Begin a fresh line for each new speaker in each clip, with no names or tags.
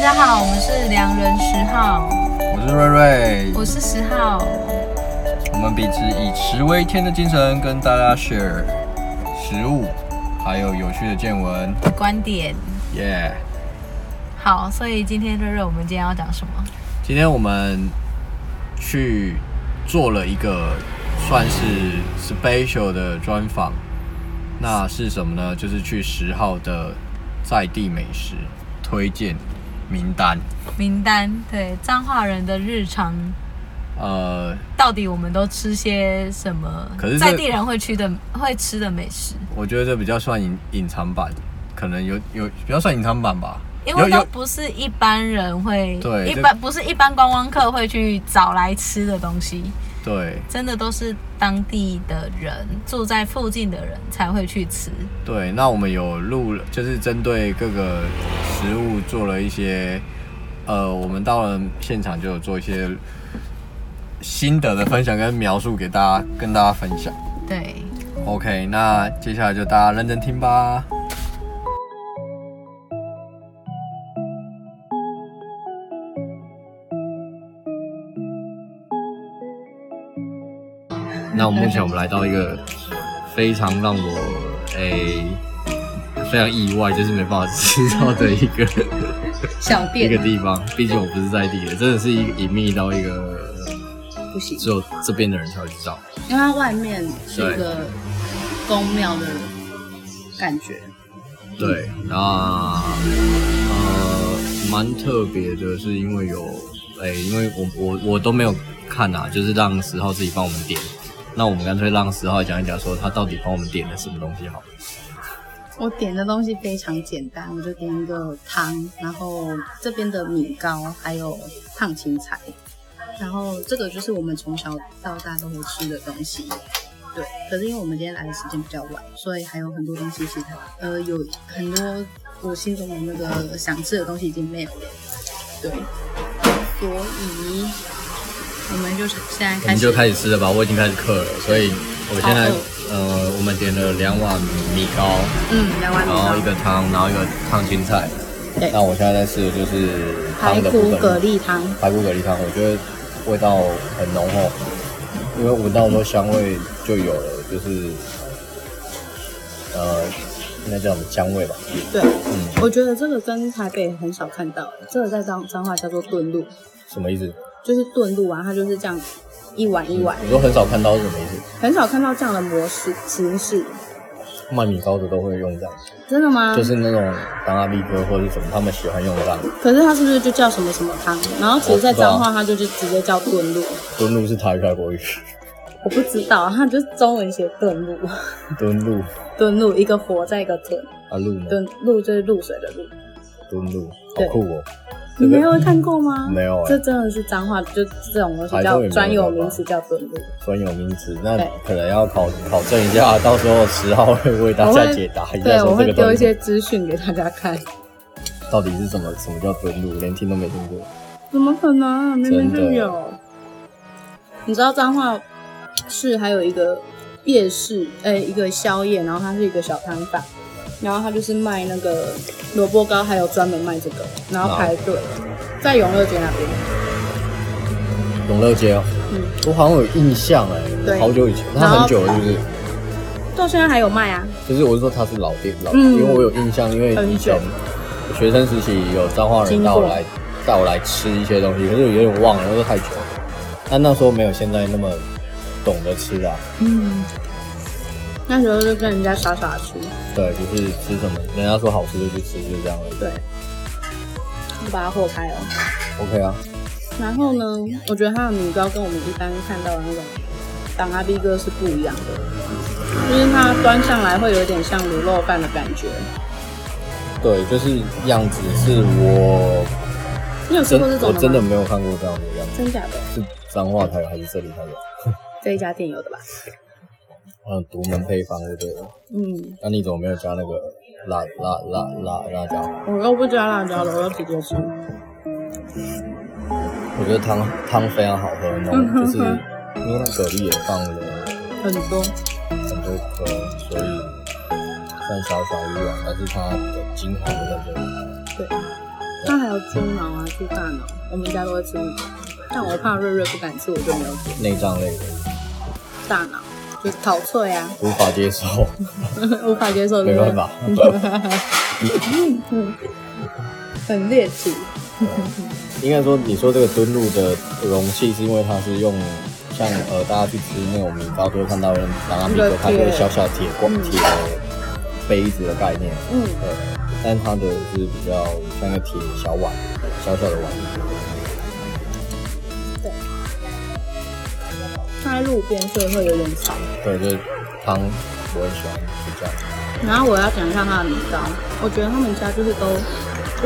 家好，我们是良人十号，
我是瑞瑞，
我是十号，
我们秉持以食为天的精神，跟大家 share 食物，还有有趣的见闻，
观点
耶、
好，所以今天瑞瑞，我们今天要讲什么？
今天我们去做了一个算是 special 的专访，那是什么呢？就是去十号的在地美食推荐名单，
名单对彰化人的日常，
呃，
到底我们都吃些什么？
可是这
在地人会去的会吃的美食，
我觉得这比较算隐隐藏版，可能有有比较算隐藏版吧，
因
有
为
有
都不是一般人会，
对
一
这
般不是一般观光客会去找来吃的东西，
对
真的都是当地的人住在附近的人才会去吃。
对，那我们有录了，就是针对各个食物做了一些，呃，我们到了现场就有做一些心得的分享跟描述给大家，跟大家分享。
对，
OK，那接下来就大家认真听吧。那我们目前我们来到一个非常让我诶、非常意外，就是没办法吃到的一个
小
一个地方。毕竟我不是在地的，真的是一隐秘到一个
不行，
只有这边的人才会知道。
因为它外面是一个宫庙的感觉，
对，那呃，蛮特别的，是因为有，哎、因为我我我都没有看啊，就是让十号自己帮我们点。那我们干脆让十号讲一讲，说他到底帮我们点了什么东西好了。
我点的东西非常简单，我就点一个汤，然后这边的米糕，还有烫青菜，然后这个就是我们从小到大都会吃的东西。对，可是因为我们今天来的时间比较晚，所以还有很多东西其实呃有很多我心中的那个想吃的东西已经没有了。对，所以我们就是现在
我
开
们
始，
就开始吃了吧，我已经开始渴了，所以我现在
好
呃，我们点了两碗米糕，
嗯，来碗米
然后
糕
一。个汤，然后一个烫青菜。
对
那我现在在吃的就是
排
汤的部
骨蛤
分，
蜊汤，
排骨蛤蜊汤，我觉得味道很浓厚，因为闻到的时候香味就有了，就是呃，那叫什么香味吧？
对，
嗯，
我觉得这个跟台北很少看到，这个在彰彰化叫做炖鹿，
什么意思？
就是炖鹿啊，它就是这样一碗一碗，
你说很少看到是什么意思？
很少看到这样的模式形式，
卖米糕的都会用这样，
真的吗？
就是那种当阿力哥或者什么，他们喜欢用这样。
可是它是不是就叫什么什么汤？然后其实，在彰化它就是直接叫炖鹿，
蹲路是台语还是国语？
我不知道，它就是中文写炖鹿，
蹲路
炖鹿一个活在一个豚，
啊路呢？
炖鹿就是露水的鹿，
蹲路，好
对
酷哦！
你
这个
没有看过吗？
没有欸
这真的是彰化，就这种东西
台中也没
叫
有
专有
吧
名词叫炖鹿。
专有名词，那
对
可能要考考证一下，到时候十号会为大
我
家
会
解答一下，
对，我
说这
会
个
丢
东
一
西
些资讯给大家看。
到底是什么什么叫蹲路，连听都没听过。
怎么可能？明明就
真的
有。你知道彰化市还有一个夜市，呃、一个宵夜，然后它是一个小摊贩，然后它就是卖那个萝卜糕，还有专门卖这个，然后排队，在永乐街那边。
永乐街哦，
嗯
我好像有印象哎，
对
好久以前，它
然后
很久了是不是？
到现在还有卖啊，
就是我是说它是老店老，
嗯
因为我有印象，因为
很
以
久
前学生时期有彰化人
经
带我
过
来带我来吃一些东西，可是我有点忘了，因为太久了。但那时候没有现在那么懂得吃啊，
嗯，那时候就跟人家傻傻吃，
对，就是吃什么人家说好吃就去吃，就这样而已。
对，就把它豁开了。
OK 啊，
然后呢，我觉得它的米糕跟我们一般看到的那种党阿 B 哥是不一样的，就是它端上来会有点像卤肉饭的感觉。
对，就是样子是我
你有
真
吃过这
我
种的吗？
真的没有看过这样的样子，
真假的？
是彰化才有还是这里才有？
这一家店有的吧？
嗯，独门配方就对了。
嗯，
那你怎么没有加那个辣辣辣辣啊辣椒？
我又不加辣椒了，我又直接吃。
我觉得汤汤非常好喝，浓，
嗯哼
就是呃因为那蛤蜊也放了
很多，
很多颗，所以算小小一碗，但是它的精华就在这里。
对，那还有猪脑啊、猪大脑，我们家都会吃一点。但我怕瑞瑞不敢吃，我就没有点
内脏类的
大脑，就是烤脆啊，
无法接受，
无法接受，
没
对不对嗯
办法。
很猎奇。
应该说，你说这个蹲入的容器是因为它是用像呃大家去吃那种米糕都会看到人拿米糕，它就是小小铁罐
嗯
铁杯子的概念，
嗯，
对，但它的是比较像个铁小碗，小小的碗。
放在路边所以会有点少。
对，就是汤，我很喜欢吃这样。
然后我要讲一下它的米糕，我觉得他们家就是都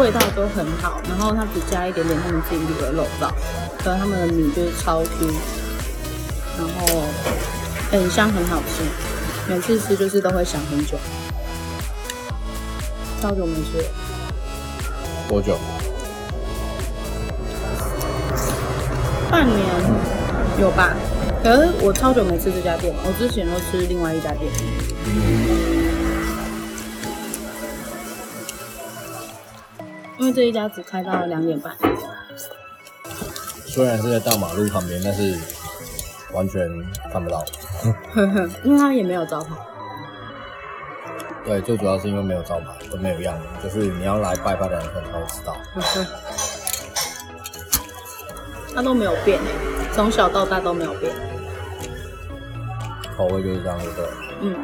味道都很好，然后它只加一点点他们自己卤的肉燥，所以他们的米就是超 Q，然后很香很好吃，每次吃就是都会想很久。超久没吃了，
多久？
半年有吧？可是我超久没吃这家店了，我之前都吃另外一家店。因为这一家只开到两点半，
虽然是在大马路旁边，但是完全看不到。
呵呵，因为它也没有招牌。
对，最主要是因为没有招牌，都没有样子，就是你要来拜拜的人可能才会知道。
它都没有变，从小到大都没有变。
口味就是这样，对不对？
嗯，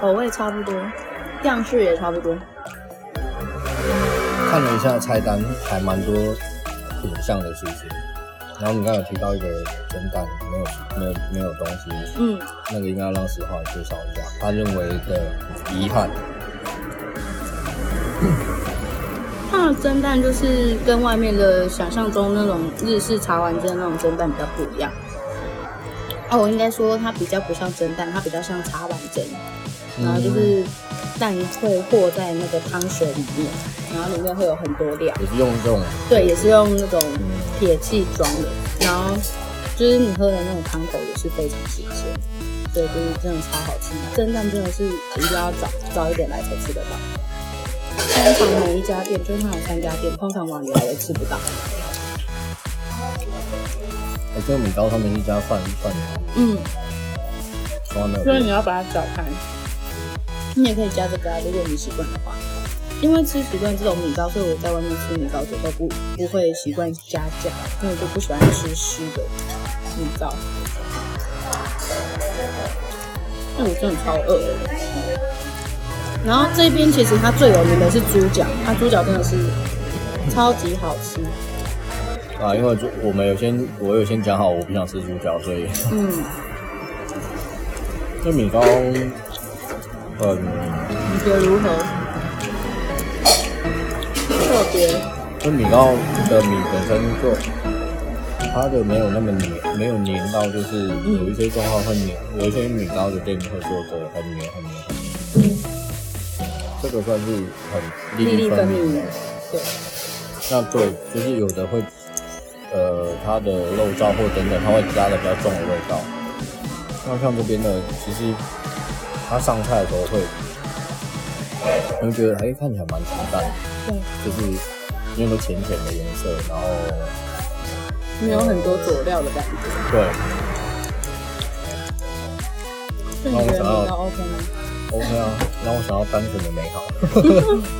口味差不多，样式也差不多。
看了一下菜单，还蛮多品相的，其实。然后你刚刚有提到一个蒸蛋，没有没有没有东西，
嗯，
那个应该要让石化介绍一下他认为的遗憾。
它的蒸蛋就是跟外面的想象中那种日式茶碗蒸那种蒸蛋比较不一样。哦，我应该说它比较不像蒸蛋，它比较像茶碗蒸，然后就是蛋会和在那个汤水里面，然后里面会有很多料。
也是用这种
对，也是用那种铁器装的，然后就是你喝的那种汤头也是非常新鲜，对，就是真的超好吃。蒸蛋真的是一定要早早一点来才吃得到。通常每一家店，就是它有三家店，通常晚点来也吃不到。
哎、这个米糕他们一家饭饭
嗯，
从来没有
所以你
变
要把它搅开，你也可以加这个啊，如果你习惯的话。因为吃习惯这种米糕，所以我在外面吃米糕的时候不不会习惯加酱，因为我就不喜欢吃湿的米糕。那我真的超饿的。然后这边其实它最有名的是猪脚，它猪脚真的是超级好吃。
啊，因为就我们有先我有先讲好我不想吃猪脚，所以
嗯，
这米糕，嗯。
你觉得如何？特别，
就米糕的米本身就它的没有那么黏，没有黏到就是有一些状况会黏，有一些米糕的店会做的很黏很黏很黏。这个算是很粒
粒粒
粒分
分
明
明
的。。
对。
那对，就是有的会，呃，它的肉燥或等等，它会加的比较重的味道。那像这边的，其实它上菜的时候会，你会觉得哎、看起来蛮清淡的。
对，
就是因为都浅浅的颜色，然后
没有很多佐料的感觉。
对
那
哦
你觉得米糕 OK 吗？
，OK 啊，让我想要单纯的美好，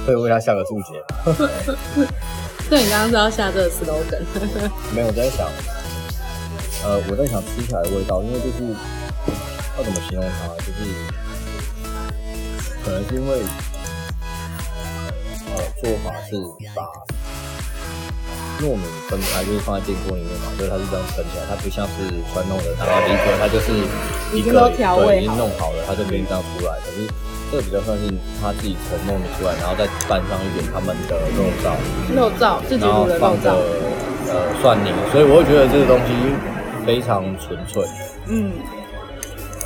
可以为它下个注解。
对，你刚刚是要下这个 slogan，
没有，我在想，呃，我在想吃起来的味道，因为就是要怎么形容它，就是可能是因为呃做法是把糯米分开，就是放在电锅里面嘛，所以它是这样分起来，它不像是传统的打到一个，它就是一
已经都
个
调
对
味
已经
好了
弄好了，它就可以这样出来。可是这个比较算是它自己从糯米出来，然后再拌上一点他们的肉燥。
嗯肉燥，自己
然后
卤的肉
放的
燥。
呃蒜泥，所以我会觉得这个东西非常纯粹。
嗯，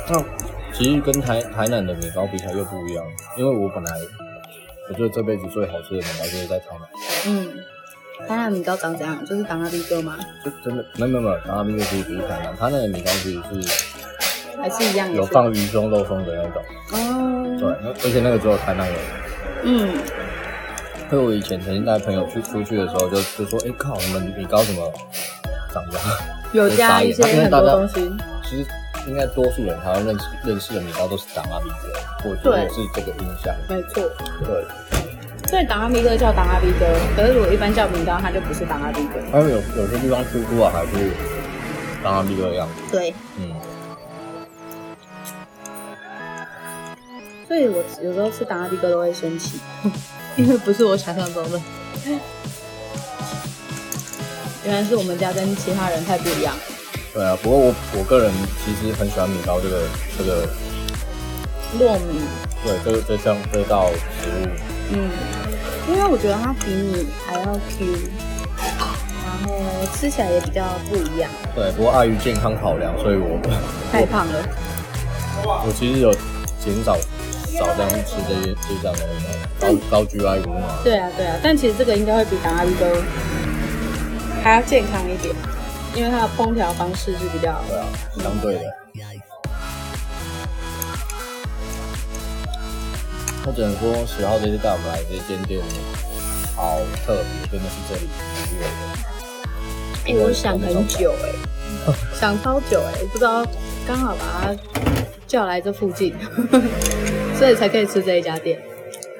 那其实跟台台南的米糕比起来又不一样，因为我本来我觉得这辈子最好吃的米糕就是在台南，
嗯，台南米糕长怎样？就是糖阿 B 哥吗？
就真的没有没有没有，然后那个其实不是台南，台南的米糕其实是
还是一样也是
有放鱼松肉松的那种，对
哦，，
而且那个只有台南有。
嗯，
因为我以前曾经带朋友去出去的时候就，就说，哎、靠，你们米糕怎么长这样？
有加一
啊
些很多东西，
其实应该多数人台湾认识认识的米糕都是长阿鼻哥，我觉得
对
是这个印象。
没错。
对，
所以党阿逼哥叫党阿逼哥，可是我一般叫名刀，他就不是党阿逼哥。
还有有有些地方 Q Q 啊，还是长阿鼻哥的样子。
对，
嗯，
所以我有时候吃党阿逼哥都会生气， 因为不是我想象中的。 原来是我们家跟其他人太不一样。
对啊。不过我我个人其实很喜欢米糕这个这个
糯米，
对这个这项这道食物。
嗯，因为我觉得它比米还要 Q，然后吃起来也比较不一样。
对，不过碍于健康考量，所以我
太胖了，
我其实有减少少量去吃这些这项东西，高高 GI 无嘛。
对啊对啊，但其实这个应该会比达拉比哥还要健康一点，因为它的烹调方式是比较
对啊，相对的。我只能说十号这次带我们来这间店好特别，真的是这里没有的。
哎、我想很久哎、
哦
想超久哎、不知道刚好把它叫来这附近， 所以才可以吃这一家店。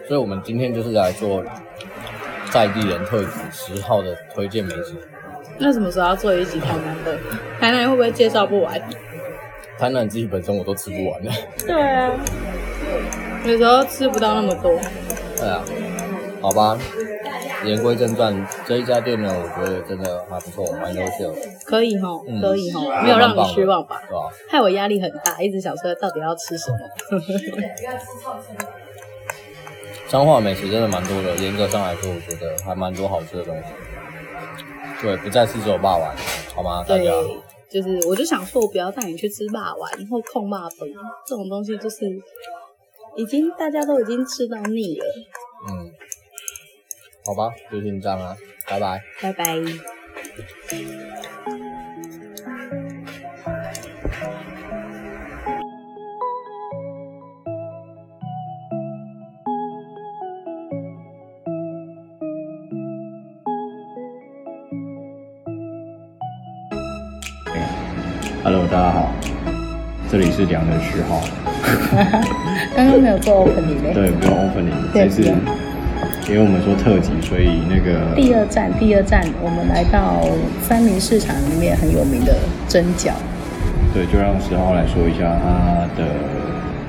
所以我们今天就是来做在地人特辑十号的推荐美食。
那什么时候要做一集台南的？ 台南会不会介绍不完？
台南自己本身我都吃不完的，
对啊，有时候吃不到那么多。
对啊，好吧。言归正传，这一家店呢，我觉得真的还不错，蛮优秀的，
可以吼，
嗯
可以吼，没有让你失望吧？
对吧、
害我压力很大，一直想说到底要吃 什么。
彰化美食真的蛮多的，严格上来说，我觉得还蛮多好吃的东西。对，不再是只有霸王，好吗？大
对
家，
就是我就想说，我不要带你去吃霸丸或控霸粉这种东西，就是已经大家都已经吃到腻了。
嗯，好吧，就先这样啦，拜拜。
拜拜。
Hello，大家好，这里是两人十号，
刚刚没有做 opening 嘞。
对，不用 opening，
对
这是
不用
因为我们说特辑，所以那个
第二站，第二站，我们来到三明市场里面很有名的蒸饺。
对，就让十号来说一下他的。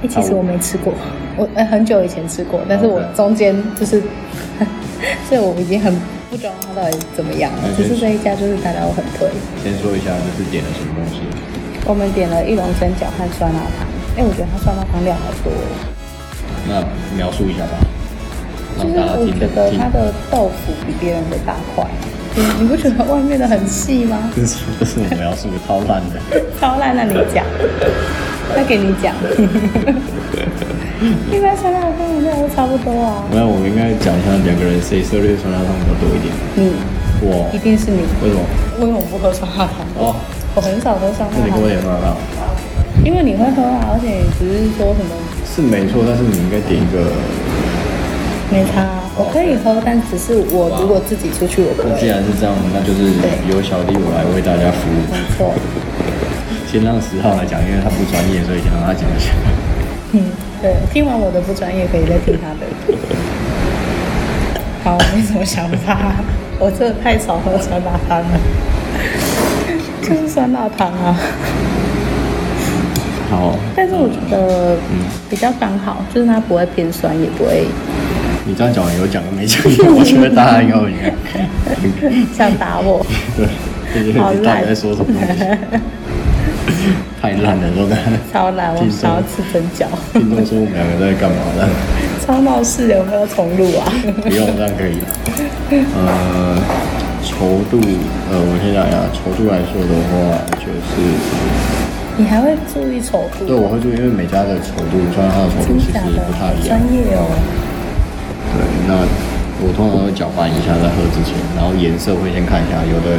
哎、其实我没吃过，我、呃、很久以前吃过，但是我
OK
中间就是， 所以我已经很不知道它到底怎么样了。
OK
只是这一家就是大家我很推。
先说一下，就是点了什么东西。
我们点了一笼蒸饺和酸辣汤，哎、我觉得它酸辣汤料好多哦、
那描述一下吧，
就
让
是
大家
我
听
觉得
听
它。的豆腐比别人的大块，你你不觉得外面的很细吗？
这是这是我描述的超烂的，
超烂，那你讲，那给你 讲。一般酸辣汤跟饮料都差不多啊。
那我应该讲一下两个人谁涉猎酸辣汤比较多一点。
你
我
一定是你，
为什么？
嗯因为我不喝酸辣汤，
哦，
我很少喝酸辣
那你跟我
汤，
点酸辣汤
因为你会喝啊，而且你只是说什么
是没错，但是你应该点一个
没差啊，我可以喝，但只是我如果自己出去我不
那既
会。
然是这样，那就是由小弟我来为大家服务。
没错，
先让十号来讲，因为他不专业，所以先让他讲一下。
嗯，对，听完我的不专业，可以再听他的。 好，我没什么想法，我真的太少喝酸辣汤了， 就是酸辣汤啊。
好，
但是我觉得比较刚好，就是它不会偏酸，也不会
你这样讲完有讲跟没讲一样，我觉得大家应该会觉得，
想打我。
对，就是
好烂
你到底在说什么东西？太烂了，都在
超难，我
听
想要
众
吃蒸饺，
听众说我们两个在干嘛呢？
超闹事的，我们要重录啊。
不用，这样可以了。 呃，稠度，呃，我先讲一下稠度来说的话，就是
你还会注意丑度？
对我会注意，因为每家的稠度，酸辣汤的稠度
真
其实
假的
不太一
专。
样
业哦。
对，那我通常会搅拌一下再喝之前，然后颜色会先看一下，有的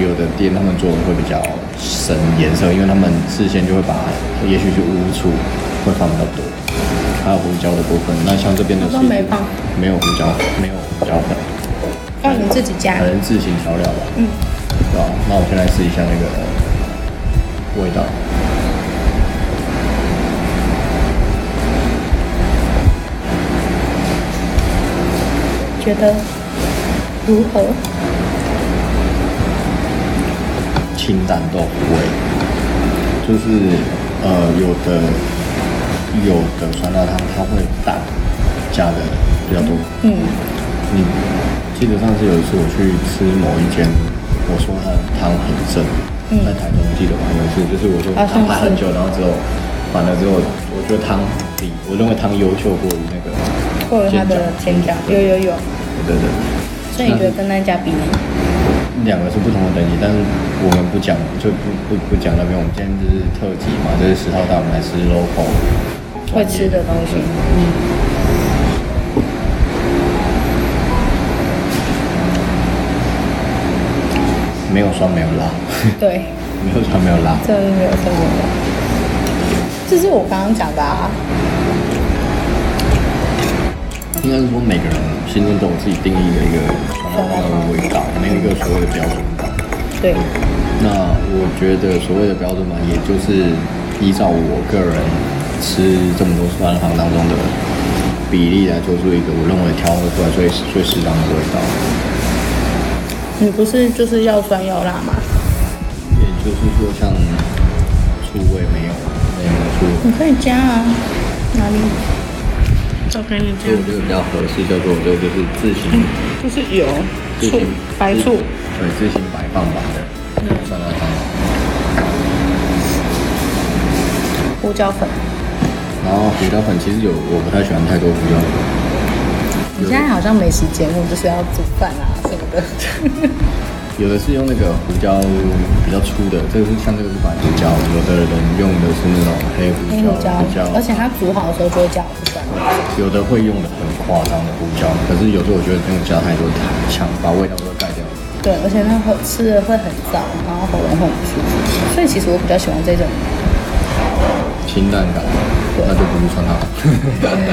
有的店他们做的会比较深颜色，因为他们事先就会把，也许是乌醋会放比较多，
还有胡椒的部分。那像这边的
我
是
都没放，
没有胡椒粉，没有胡椒粉，
放你自己加
可。能自行调料吧。嗯，对吧？那我先来试一下那个味道。
觉得如何？
清淡豆腐味，就是呃有的有的酸辣汤它会蛋加的比较多。嗯，你记得上次有一次我去吃某一间，我说它的汤很正，在台中记得吧？有一嗯啊次就是我说
好像
它排
是
很久，然后之后完了之后，我觉得汤比我认为汤优秀过于那个
过了它的
煎
前脚，有有有。
对对对。
所以你觉得跟那家比呢？
两个是不同的等级，但是我们不讲，就不不不讲那边。我们今天就是特辑嘛，就是十号大我们来吃 local
会吃的东西
没有酸，没有辣，
对，
没有酸，没有辣。
真的没有什么的。这是我刚刚讲的啊，
应该是说每个人心中都有自己定义的一个呃酸辣汤的味道，没有一个所谓的标准版。
对，
那我觉得所谓的标准嘛，也就是依照我个人吃这么多酸辣汤当中的呃比例来做出一个我认为调和出来最最适当的味道。
你不是就是要酸要辣吗？
也就是说，像嗯醋味没有，没有醋，
你可以加啊，哪里？照给你
所以我觉得比较合适，叫做我觉得就是自行
就是有
自
醋
行，
白醋，
对，自行摆放版的酸辣汤。
胡椒粉。
然后胡椒粉其实有，我不太喜欢太多胡椒粉，
你现在好像美食节目就是要煮饭啊什么的，
有的是用那个胡椒比较粗的，这个是像这个是白胡椒，有的人用的是那种黑胡
黑
椒，
胡椒
胡椒，，
而且它煮好的时候就会加胡椒。
有的会用的很夸张的胡椒，可是有时候我觉得真的加太多，强把味道都盖掉了。
对，而且那会吃的会很燥，然后喉咙会很不舒服，所以其实我比较喜欢这种。
清淡感，那就不是酸辣。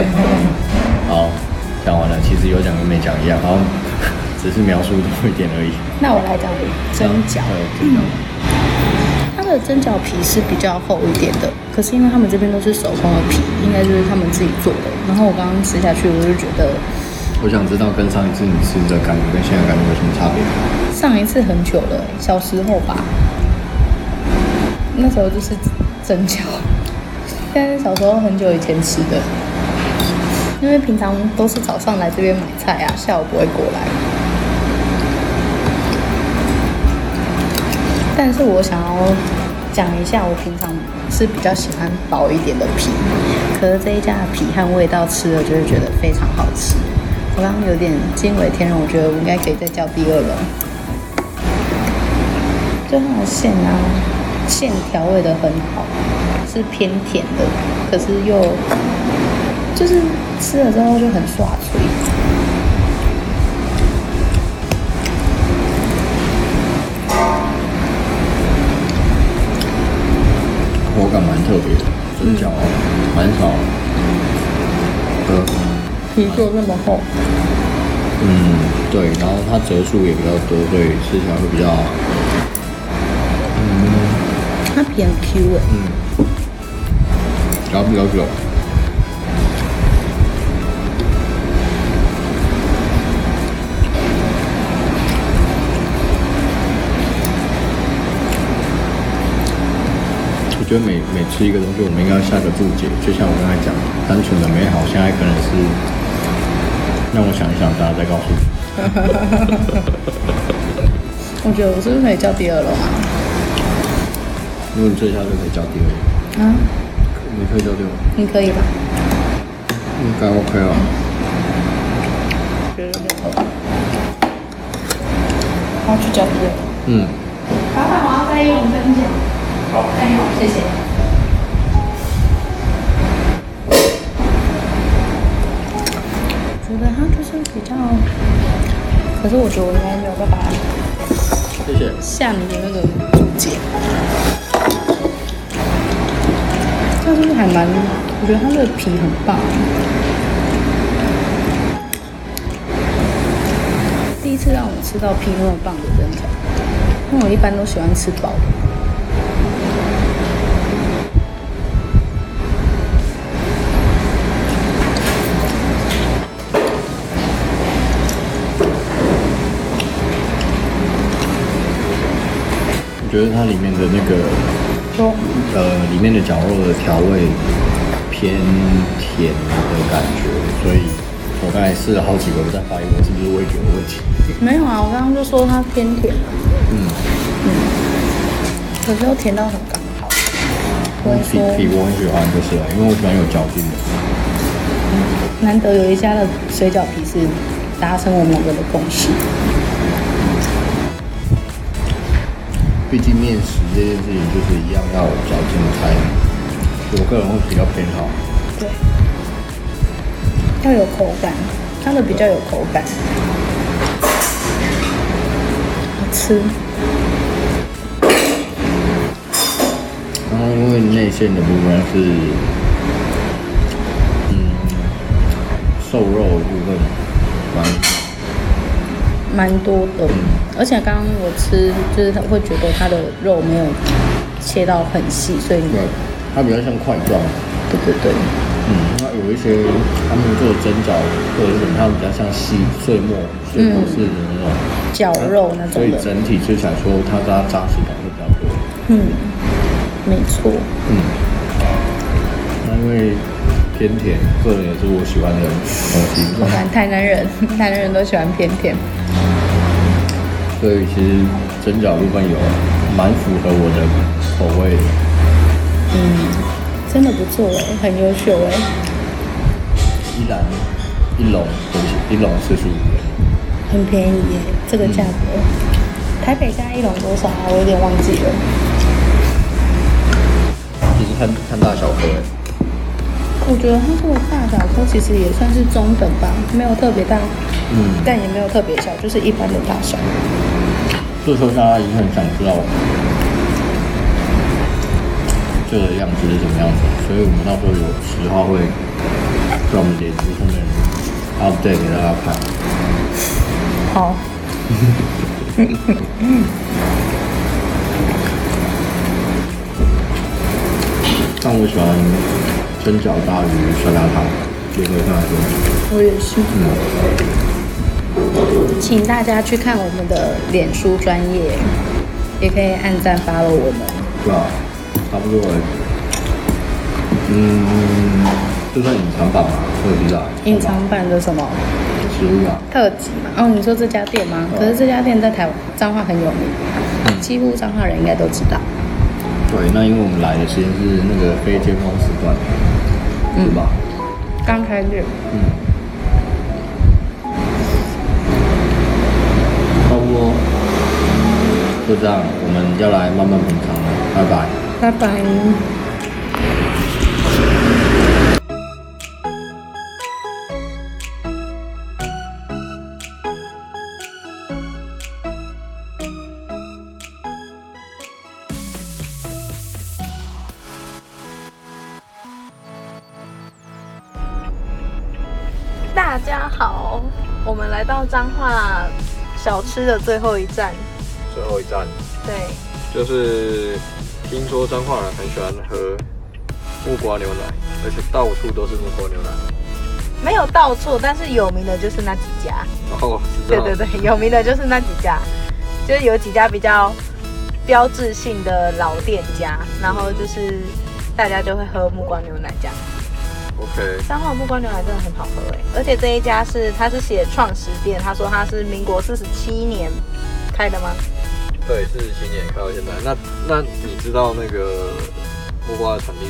好，讲完了，其实有讲跟没讲一样，然后只是描述多一点而已。
那我来讲蒸饺，
对，蒸饺。
它的蒸饺皮是比较厚一点的，可是因为他们这边都是手工的皮，应该就是他们自己做的。然后我刚刚吃下去，我就觉得
我想知道跟上一次你吃的感觉跟现在感觉有什么差别？
上一次很久了，小时候吧，那时候就是蒸饺，但是小时候很久以前吃的，因为平常都是早上来这边买菜啊，下午不会过来。但是我想要讲一下，我平常是比较喜欢薄一点的皮，可是这一家的皮和味道吃了就会觉得非常好吃。我刚刚有点惊为天人，我觉得我应该可以再叫第二轮。就它的馅啊，馅调味的很好，是偏甜的，可是又就是吃了之后就很刷嘴。
口感蛮特别的，蒸饺蛮少呃的，
皮做那么厚，
嗯，对，然后它折数也比较多，所以吃起来会比较
它皮很 Q 哎、
嚼比较久。我觉得每每吃一个东西，我们应该要下个注解。就像我刚才讲，单纯的美好，现在可能是让我想一想，大家再告诉我。
我觉得我是不是可以叫第二轮啊？
如果你这一下就可以叫第二，
啊，
你可以叫第二，
你可以吧？
应该 OK 啊了。
觉得有点厚。我要去叫第二轮。
嗯，
老板，我要再用一分钱。好，哎呦，谢谢。
觉得它就是比较，可是我觉得我应该没有办法
谢谢。
像你的那个注解，这样就是还蛮我觉得它这个皮很棒。第一次让我吃到皮那么棒的嗯蒸饺，因为我一般都喜欢吃薄的。
我觉得它里面的那个，呃，里面的绞肉的调味偏甜的感觉，所以我刚才试了好几个，我在怀疑我是不是味觉的问题。
没有啊，我刚刚就说它偏甜。嗯可是又甜到很刚好。我会
体体
说
我很喜欢就是了，因为我喜欢有嚼劲的。
难得有一家的水饺皮是达成我们两个的共识。
毕竟面食这件事情就是一样要有嚼劲的菜，所以我个人会比较偏好。
对，要有口感，它的比较有口感，好吃。
然后因为内馅的部分是，嗯，瘦肉的部分蛮
蛮多的，而且刚刚我吃就是会觉得它的肉没有切到很细，所以你
对，它比较像块状。
对对对，
嗯，那有一些他们做蒸饺或者是什么，它比较像细碎末碎末式的那种，
绞肉那
所
种
以
的，
整体吃起来说它的扎实感会比较多。
嗯，没错，
嗯，那因为偏甜，个人也是我喜欢的东西，
口感台南人， 台南人都喜欢偏甜，
所以其实蒸饺部分有蛮符合我的口味的。
真的不错哎，很优秀哎，
依然一笼，对不起，一笼四十五元，
很便宜耶，这个价
嗯
格，台北现在一笼多少啊？我有点忘记了，
其实看看大小颗欸。
我觉得它这个大小颗其实也算是中等吧，没有特别大，
嗯，
但也没有特别小，就是一般的大小。
所以说大家一定很想知道这个样子是什么样子，所以我们到时候有十号会在我们脸书上面 update 给大家看。
好。
但我喜欢蒸饺大鱼酸辣汤，结合大说，
我也是，
嗯，
请大家去看我们的脸书专业，也可以按赞 follow 我们。
对吧？差不多了。嗯，就算隐藏版嘛，我也不知道，
隐藏版的什么
食物啊。
特辑嘛？哦，你说这家店吗？
嗯
可是这家店在台湾彰化很有名，几乎彰化人应该都知道。
对，那因为我们来的时间是那个非尖峰时段，
嗯
对吧？
刚开店，
嗯，差不多，就这样，我们要来慢慢品尝了，拜拜。
拜拜。
大家好，我们来到彰化小吃的最后一站。
最后一站
对，
就是听说彰化人很喜欢喝木瓜牛奶，而且到处都是木瓜牛奶。
没有到处，但是有名的就是那几家。
哦，
嗯
是这
对
样
对对，有名的就是那几家，就是有几家比较标志性的老店家，然后就是大家就会喝木瓜牛奶这样。
哦，OK，
彰化木瓜牛奶真的很好喝哎、而且这一家是它是写创始店，他说它是民国四十七年开的吗？
对，是新年开到现在。那那你知道那个木瓜的产地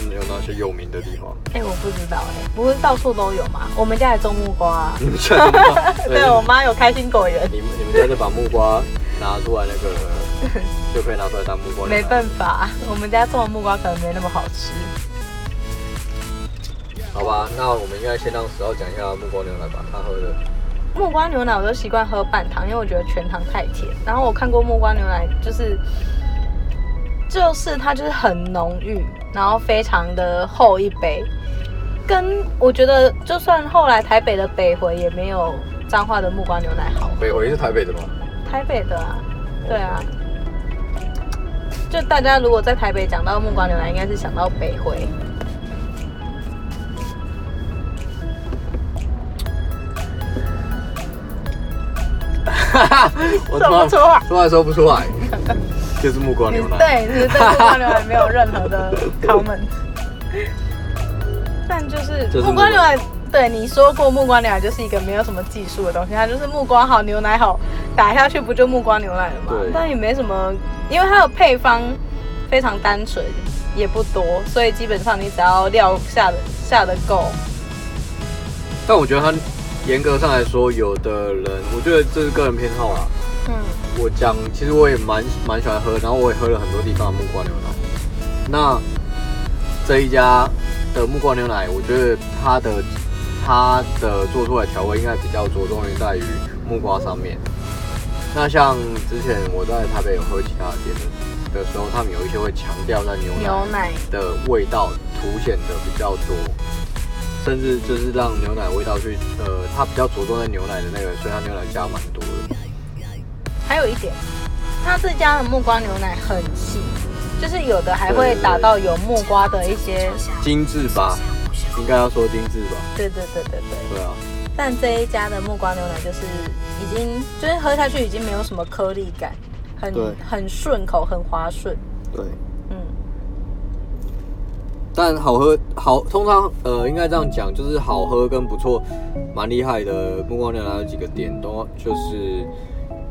是有哪些有名的地方？
哎、我不知道哎、不是到处都有吗？我们家也种木瓜、啊，？
你们家知道
对我妈有开心果园，
你们你们家就把木瓜拿出来那个， 就可以拿出来当木瓜。
没办，法，我们家种的木瓜可能没那么好吃。
好吧，那我们应该先让十号讲一下木瓜牛奶吧，他喝的。
木瓜牛奶我都习惯喝半糖，因为我觉得全糖太甜。然后我看过木瓜牛奶，就是就是它就是很浓郁，然后非常的厚一杯，跟我觉得就算后来台北的北回也没有彰化的木瓜牛奶好，
北回是台北的吗？
台北的啊，对啊。
嗯
就大家如果在台北讲到木瓜牛奶，应该是想到北回。
我
怎么
突然突然说不出来， 就是木瓜
你
牛奶。
对，你对木瓜牛 奶没有任何的 comment。但就是
这是
木
木
瓜
瓜
牛奶，对你说过木瓜牛奶就是一个没有什么技术的东西，它就是木瓜好，牛奶好，打下去不就木瓜牛奶了吗
对？
但也没什么，因为它的配方非常单纯，也不多，所以基本上你只要料下的下的够，
但我觉得它严格上来说，有的人我觉得这是个人偏好啦。
嗯，
我讲，其实我也蛮蛮喜欢喝，然后我也喝了很多地方的木瓜牛奶。那这一家的木瓜牛奶，我觉得它的它的做出来调味应该比较着重于在于木瓜上面。那像之前我在台北有喝其他的店的的时候，他们有一些会强调在牛奶
牛奶
的味道凸显的比较多，甚至就是让牛奶味道去呃，它比较着重在牛奶的那个，所以它牛奶加蛮多的。
还有一点，它这家的木瓜牛奶很细，就是有的还会打到有木瓜的一些，
精致吧，应该要说精致吧，
对对对对对。
对啊，
但这一家的木瓜牛奶就是已经就是喝下去已经没有什么颗粒感，很
对
很顺口，很滑顺。
对。
嗯，
但好喝好，通常呃应该这样讲，就是好喝跟不错，蛮厉害的。木瓜牛奶有几个点都就是，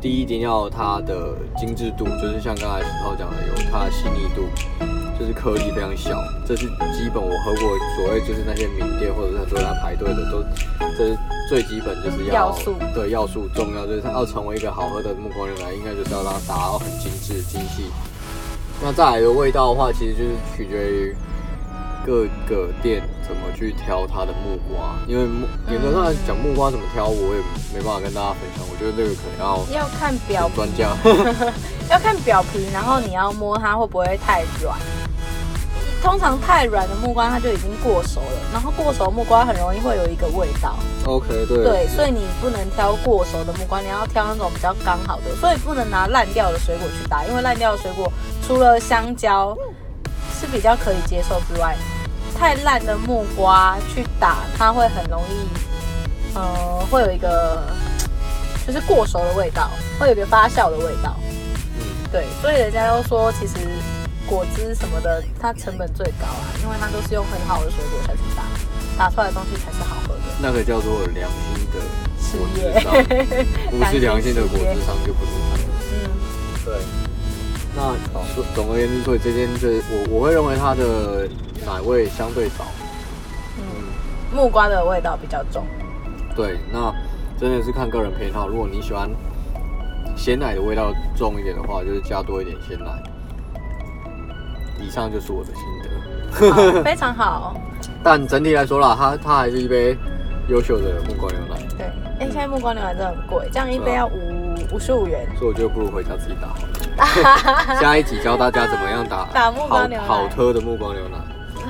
第一一定要它的精致度，就是像刚才石头讲的，有它的细腻度，就是颗粒非常小，这是基本我喝过所谓就是那些名店或者是很多人在排队的都，这是最基本就是要
要素
对要素重要，就是它要成为一个好喝的木瓜牛奶，应该就是要让它达到很精致精细。那再来的味道的话，其实就是取决于各个店怎么去挑它的木瓜，因为木严格上来讲木瓜怎么挑，我也没办法跟大家分享。我觉得这个可能要
要看表
请
皮，
专家。
要看表皮，然后你要摸它会不会太软。通常太软的木瓜它就已经过熟了，然后过熟木瓜很容易会有一个味道。
OK，对
对，所
以
以你不能挑过熟的木瓜，你要挑那种比较刚好的，所以不能拿烂掉的水果去搭，因为烂掉的水果除了香蕉是比较可以接受之外，太烂的木瓜去打，它会很容易，呃，会有一个就是过熟的味道，会有一个发酵的味道。对，所以人家都说，其实果汁什么的，它成本最高啊，因为它都是用很好的水果才去打，打出来的东西才是好喝的。
那个叫做良心的
事
果
业
汁商，不是良心的果汁商就不是它。
嗯，
对。那说总而言之，所以这间这我我会认为它的奶味相对少，
木瓜的味道比较 重。
对，那真的是看个人偏好。如果你喜欢鲜奶的味道重一点的话，就是加多一点鲜奶。以上就是我的心得。
好非常好。
但整体来说啦，它它还是一杯优秀的木瓜牛奶，
对，哎、
嗯
现在木瓜牛奶真的很贵，这样一
对
杯
啊
要五五十五元。
所以我觉得不如回家自己打 好了。下一集教大家怎么样打
打木瓜牛奶
好好喝的木瓜牛奶。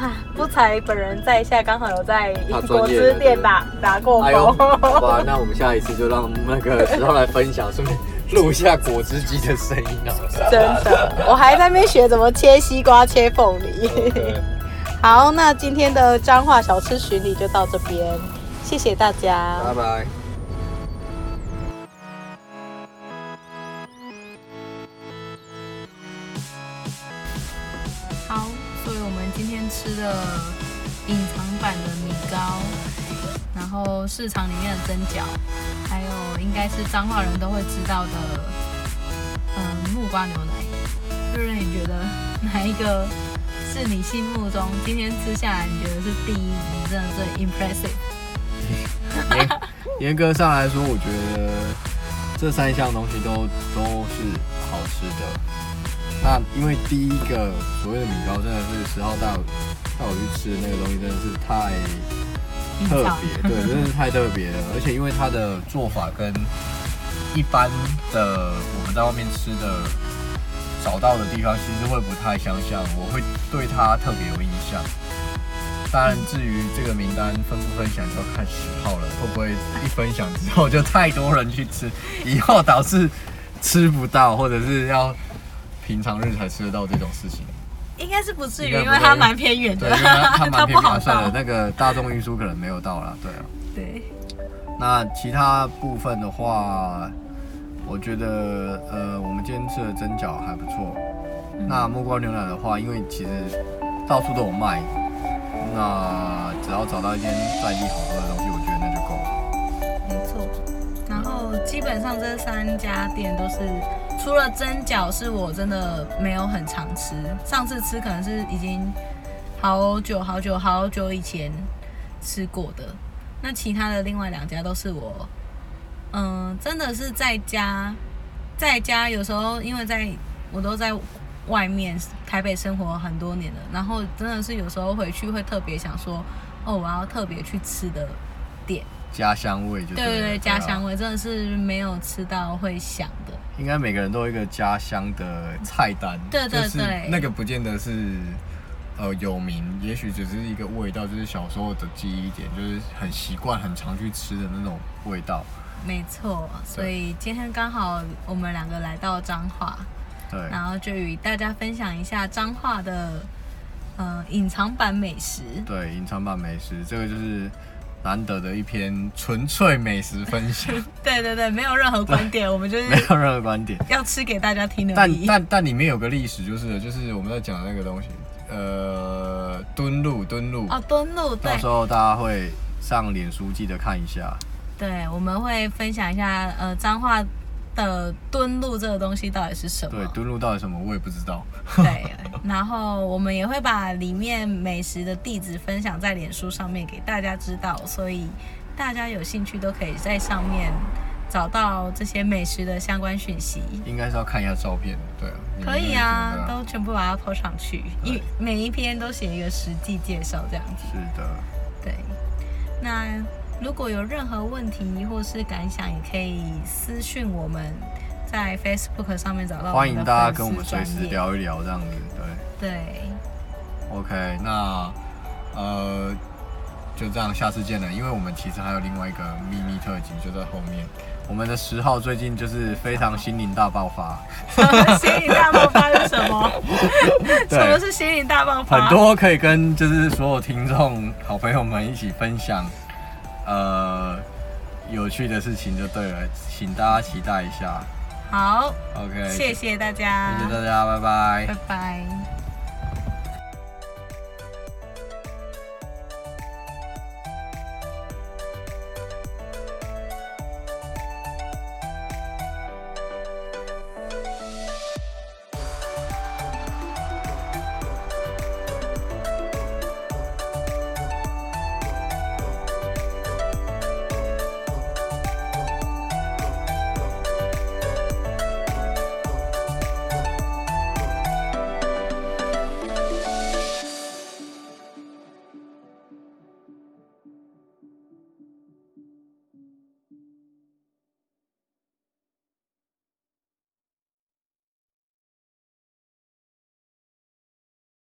啊，不才本人在下，刚好有在
嗯他
果
专业的
汁店打打过
哎呦，
工。
好吧，那我们下一次就让那个石头来分享，顺便录一下果汁机的声音好了。
真的，我还在那边学怎么切西瓜、切凤梨。
对
好，那今天的彰化小吃巡礼就到这边，谢谢大家，
拜拜。
好，所以我们今天吃的隐藏版的米糕，然后市场里面的蒸饺，还有应该是彰化人都会知道的，嗯，木瓜牛奶。瑞瑞，你觉得哪一个是你心目中今天吃下来你觉得是第一，你真的最 impressive？
严严格上来说，我觉得这三项东西都都是好吃的。那因为第一个所谓的米糕，真的是十号带我带我去吃的那个东西，真的是太
隐
特
藏
别，对，真的是太特别了。而且因为它的做法跟一般的我们在外面吃的找到的地方，其实会不太相像，我会对它特别有印象。当然，至于这个名单分不分享，就要看喜好了。会不会一分享之后就太多人去吃，以后导致吃不到，或者是要平常日才吃得到这种事情？
应该是不至于，
应该不
因
会
为它蛮偏远
对，
的，
因为它 它蛮
不
偏
好
麻算
到，。
的那个大众运输可能没有到啦。对啊。
对，
那其他部分的话，我觉得呃，我们今天吃的蒸饺还不错。
嗯
那木瓜牛奶的话，因为其实到处都有卖，那只要找到一间在地好喝的东西，我觉得那就够了。
没错。然后基本上这三家店都是，除了蒸饺是我真的没有很常吃，上次吃可能是已经好久好久好久以前吃过的。那其他的另外两家都是我，嗯，真的是在家，在家有时候因为在我都在外面台北生活很多年了，然后真的是有时候回去会特别想说，哦，我要特别去吃的店。
家乡味就
对
了
对对，家乡
啊
味真的是没有吃到会想的。
应该每个人都有一个家乡的菜单，
对对
就是
对
那个不见得是呃有名，也许只是一个味道，就是小时候的记忆点，就是很习惯、很常去吃的那种味道。
没错，啊所以今天刚好我们两个来到彰化，
对，
然后就与大家分享一下彰化的呃隐藏版美食。
对，隐藏版美食，这个就是难得的一篇纯粹美食分 享，
对对对，没有任何观点，我们就是
没有任何观点。
要吃给大家听而
但
已。
但但里面有个历史，就是了就是我们在讲的那个东西，呃，蹲路蹲路，
哦，敦路对
到时候大家会上脸书记得看一下。
对，我们会分享一下呃彰化的敦路这个东西到底是什么。
对，蹲路到底什么我也不知道。
对，然后我们也会把里面美食的地址分享在脸书上面给大家知道，所以大家有兴趣都可以在上面找到这些美食的相关讯息。
应该是要看一下照片，对啊。你们
可以
那
啊，
个什么的
都全部把它 po 上去，一
对
每一篇都写一个实际介绍这样子。
是的，
对，那如果有任何问题或是感想，也可以私讯我们，在 Facebook 上面找到我
欢
们的
迎大家跟我
粉
们
丝
随
专
时
业。
聊一聊这样子，对
对。
，OK，那呃就这样，下次见了，因为我们其实还有另外一个秘密特辑就在后面。我们的十号最近就是非常心灵大爆
啊
发，
心灵大爆发是什么？
对
什么是心灵大爆发？
很多可以跟就是所有听众好朋友们一起分享，呃，有趣的事情就对了，请大家期待一下。
好，
OK，
哎谢谢大家，啊
谢谢大家，拜拜
拜拜。